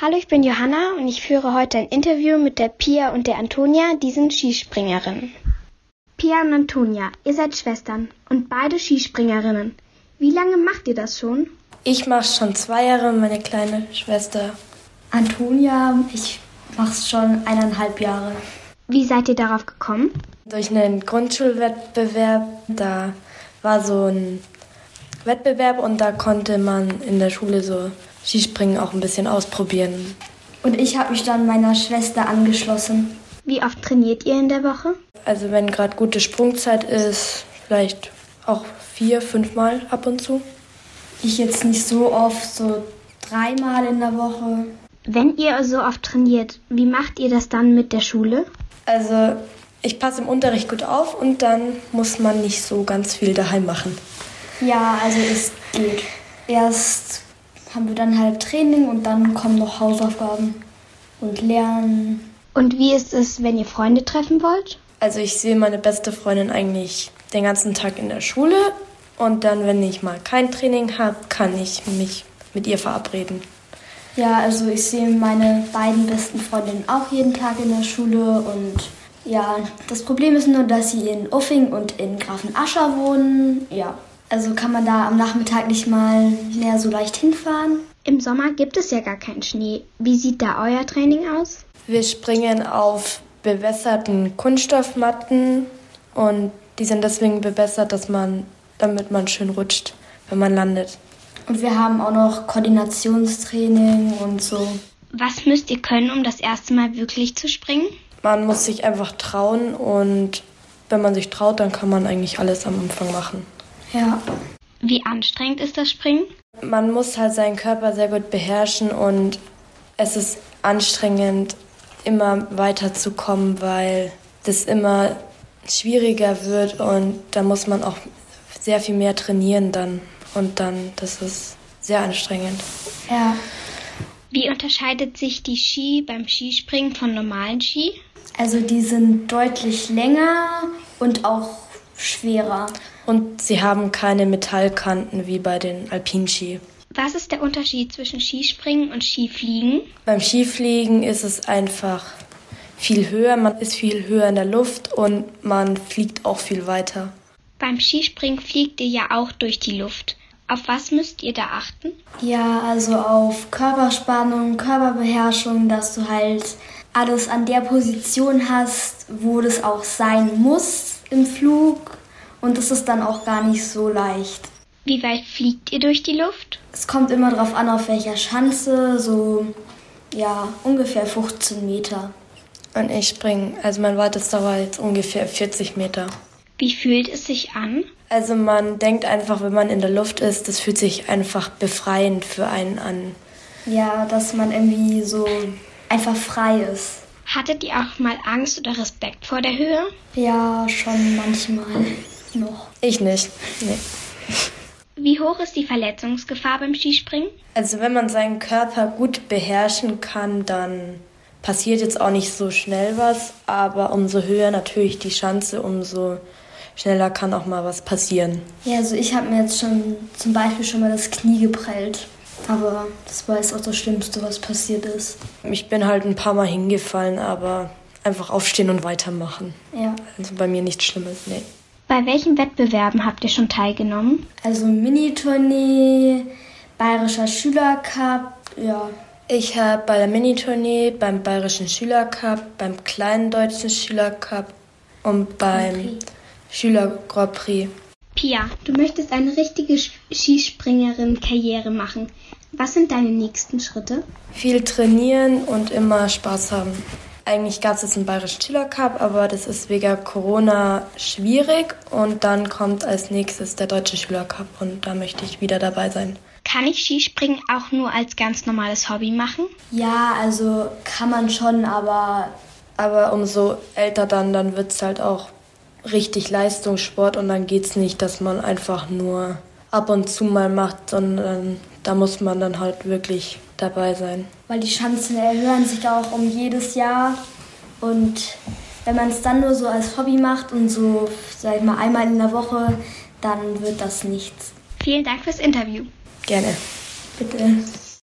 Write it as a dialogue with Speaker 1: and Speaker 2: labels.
Speaker 1: Hallo, ich bin Johanna und ich führe heute ein Interview mit der Pia und der Antonia, die sind Skispringerinnen. Pia und Antonia, ihr seid Schwestern und beide Skispringerinnen. Wie lange macht ihr das schon?
Speaker 2: Ich mache schon zwei Jahre, meine kleine Schwester.
Speaker 3: Antonia, ich mach's schon eineinhalb Jahre.
Speaker 1: Wie seid ihr darauf gekommen?
Speaker 2: Durch einen Grundschulwettbewerb, da war so ein Wettbewerb und da konnte man in der Schule so Skispringen auch ein bisschen ausprobieren.
Speaker 3: Und ich habe mich dann meiner Schwester angeschlossen.
Speaker 1: Wie oft trainiert ihr in der Woche?
Speaker 2: Also wenn gerade gute Sprungzeit ist, vielleicht auch vier, fünfmal ab und zu.
Speaker 3: Ich jetzt nicht so oft, so dreimal in der Woche.
Speaker 1: Wenn ihr so oft trainiert, wie macht ihr das dann mit der Schule?
Speaker 2: Also ich passe im Unterricht gut auf und dann muss man nicht so ganz viel daheim machen.
Speaker 3: Ja, also es geht. Erst haben wir dann halt Training und dann kommen noch Hausaufgaben und Lernen.
Speaker 1: Und wie ist es, wenn ihr Freunde treffen wollt?
Speaker 2: Also ich sehe meine beste Freundin eigentlich den ganzen Tag in der Schule und dann, wenn ich mal kein Training habe, kann ich mich mit ihr verabreden.
Speaker 3: Ja, also ich sehe meine beiden besten Freundinnen auch jeden Tag in der Schule und ja, das Problem ist nur, dass sie in Uffing und in Grafenascher wohnen. Ja, also kann man da am Nachmittag nicht mal mehr so leicht hinfahren.
Speaker 1: Im Sommer gibt es ja gar keinen Schnee. Wie sieht da euer Training aus?
Speaker 2: Wir springen auf bewässerten Kunststoffmatten und die sind deswegen bewässert, dass man, damit man schön rutscht, wenn man landet.
Speaker 3: Und wir haben auch noch Koordinationstraining und so.
Speaker 1: Was müsst ihr können, um das erste Mal wirklich zu springen?
Speaker 2: Man muss sich einfach trauen und wenn man sich traut, dann kann man eigentlich alles am Anfang machen.
Speaker 3: Ja.
Speaker 1: Wie anstrengend ist das Springen?
Speaker 2: Man muss halt seinen Körper sehr gut beherrschen und es ist anstrengend, immer weiterzukommen, weil das immer schwieriger wird und da muss man auch sehr viel mehr trainieren dann. Und dann, das ist sehr anstrengend.
Speaker 3: Ja.
Speaker 1: Wie unterscheidet sich die Ski beim Skispringen von normalen Ski?
Speaker 3: Also die sind deutlich länger und auch schwerer.
Speaker 2: Und sie haben keine Metallkanten wie bei den Alpinski.
Speaker 1: Was ist der Unterschied zwischen Skispringen und Skifliegen?
Speaker 2: Beim Skifliegen ist es einfach viel höher, man ist viel höher in der Luft und man fliegt auch viel weiter.
Speaker 1: Beim Skispringen fliegt ihr ja auch durch die Luft. Auf was müsst ihr da achten?
Speaker 3: Ja, also auf Körperspannung, Körperbeherrschung, dass du halt alles an der Position hast, wo das auch sein muss im Flug. Und das ist dann auch gar nicht so leicht.
Speaker 1: Wie weit fliegt ihr durch die Luft?
Speaker 3: Es kommt immer drauf an, auf welcher Schanze, so ja, ungefähr 15 Meter.
Speaker 2: Und ich springe, also mein Wartesdauer war jetzt ungefähr 40 Meter.
Speaker 1: Wie fühlt es sich an?
Speaker 2: Also man denkt einfach, wenn man in der Luft ist, das fühlt sich einfach befreiend für einen an.
Speaker 3: Ja, dass man irgendwie so einfach frei ist.
Speaker 1: Hattet ihr auch mal Angst oder Respekt vor der Höhe?
Speaker 3: Ja, schon manchmal noch.
Speaker 2: Ich nicht. Nee.
Speaker 1: Wie hoch ist die Verletzungsgefahr beim Skispringen?
Speaker 2: Also wenn man seinen Körper gut beherrschen kann, dann passiert jetzt auch nicht so schnell was, aber umso höher natürlich die Chance, umso schneller kann auch mal was passieren.
Speaker 3: Ja, also ich habe mir jetzt schon zum Beispiel schon mal das Knie geprellt. Aber das war jetzt auch das Schlimmste, was passiert ist.
Speaker 2: Ich bin halt ein paar Mal hingefallen, aber einfach aufstehen und weitermachen.
Speaker 3: Ja.
Speaker 2: Also bei mir nichts Schlimmes, nee.
Speaker 1: Bei welchen Wettbewerben habt ihr schon teilgenommen?
Speaker 3: Also Minitournee, Bayerischer Schülercup, ja.
Speaker 2: Ich habe bei der Minitournee, beim Bayerischen Schülercup, beim Kleinen Deutschen Schülercup und beim Schüler Grand Prix.
Speaker 1: Pia, du möchtest eine richtige Sch- Skispringerin-Karriere machen. Was sind deine nächsten Schritte?
Speaker 2: Viel trainieren und immer Spaß haben. Eigentlich gab es jetzt einen Bayerischen Schülercup, aber das ist wegen Corona schwierig. Und dann kommt als nächstes der Deutsche Schülercup und da möchte ich wieder dabei sein.
Speaker 1: Kann ich Skispringen auch nur als ganz normales Hobby machen?
Speaker 3: Ja, also kann man schon, aber
Speaker 2: Aber umso älter dann, dann wird es halt auch richtig Leistungssport und dann geht es nicht, dass man einfach nur ab und zu mal macht, sondern da muss man dann halt wirklich dabei sein.
Speaker 3: weil die Chancen erhöhen sich auch um jedes Jahr. Und wenn man es dann nur so als Hobby macht und so, sag ich mal, einmal in der Woche, dann wird das nichts.
Speaker 1: Vielen Dank fürs Interview.
Speaker 2: Gerne.
Speaker 3: Bitte.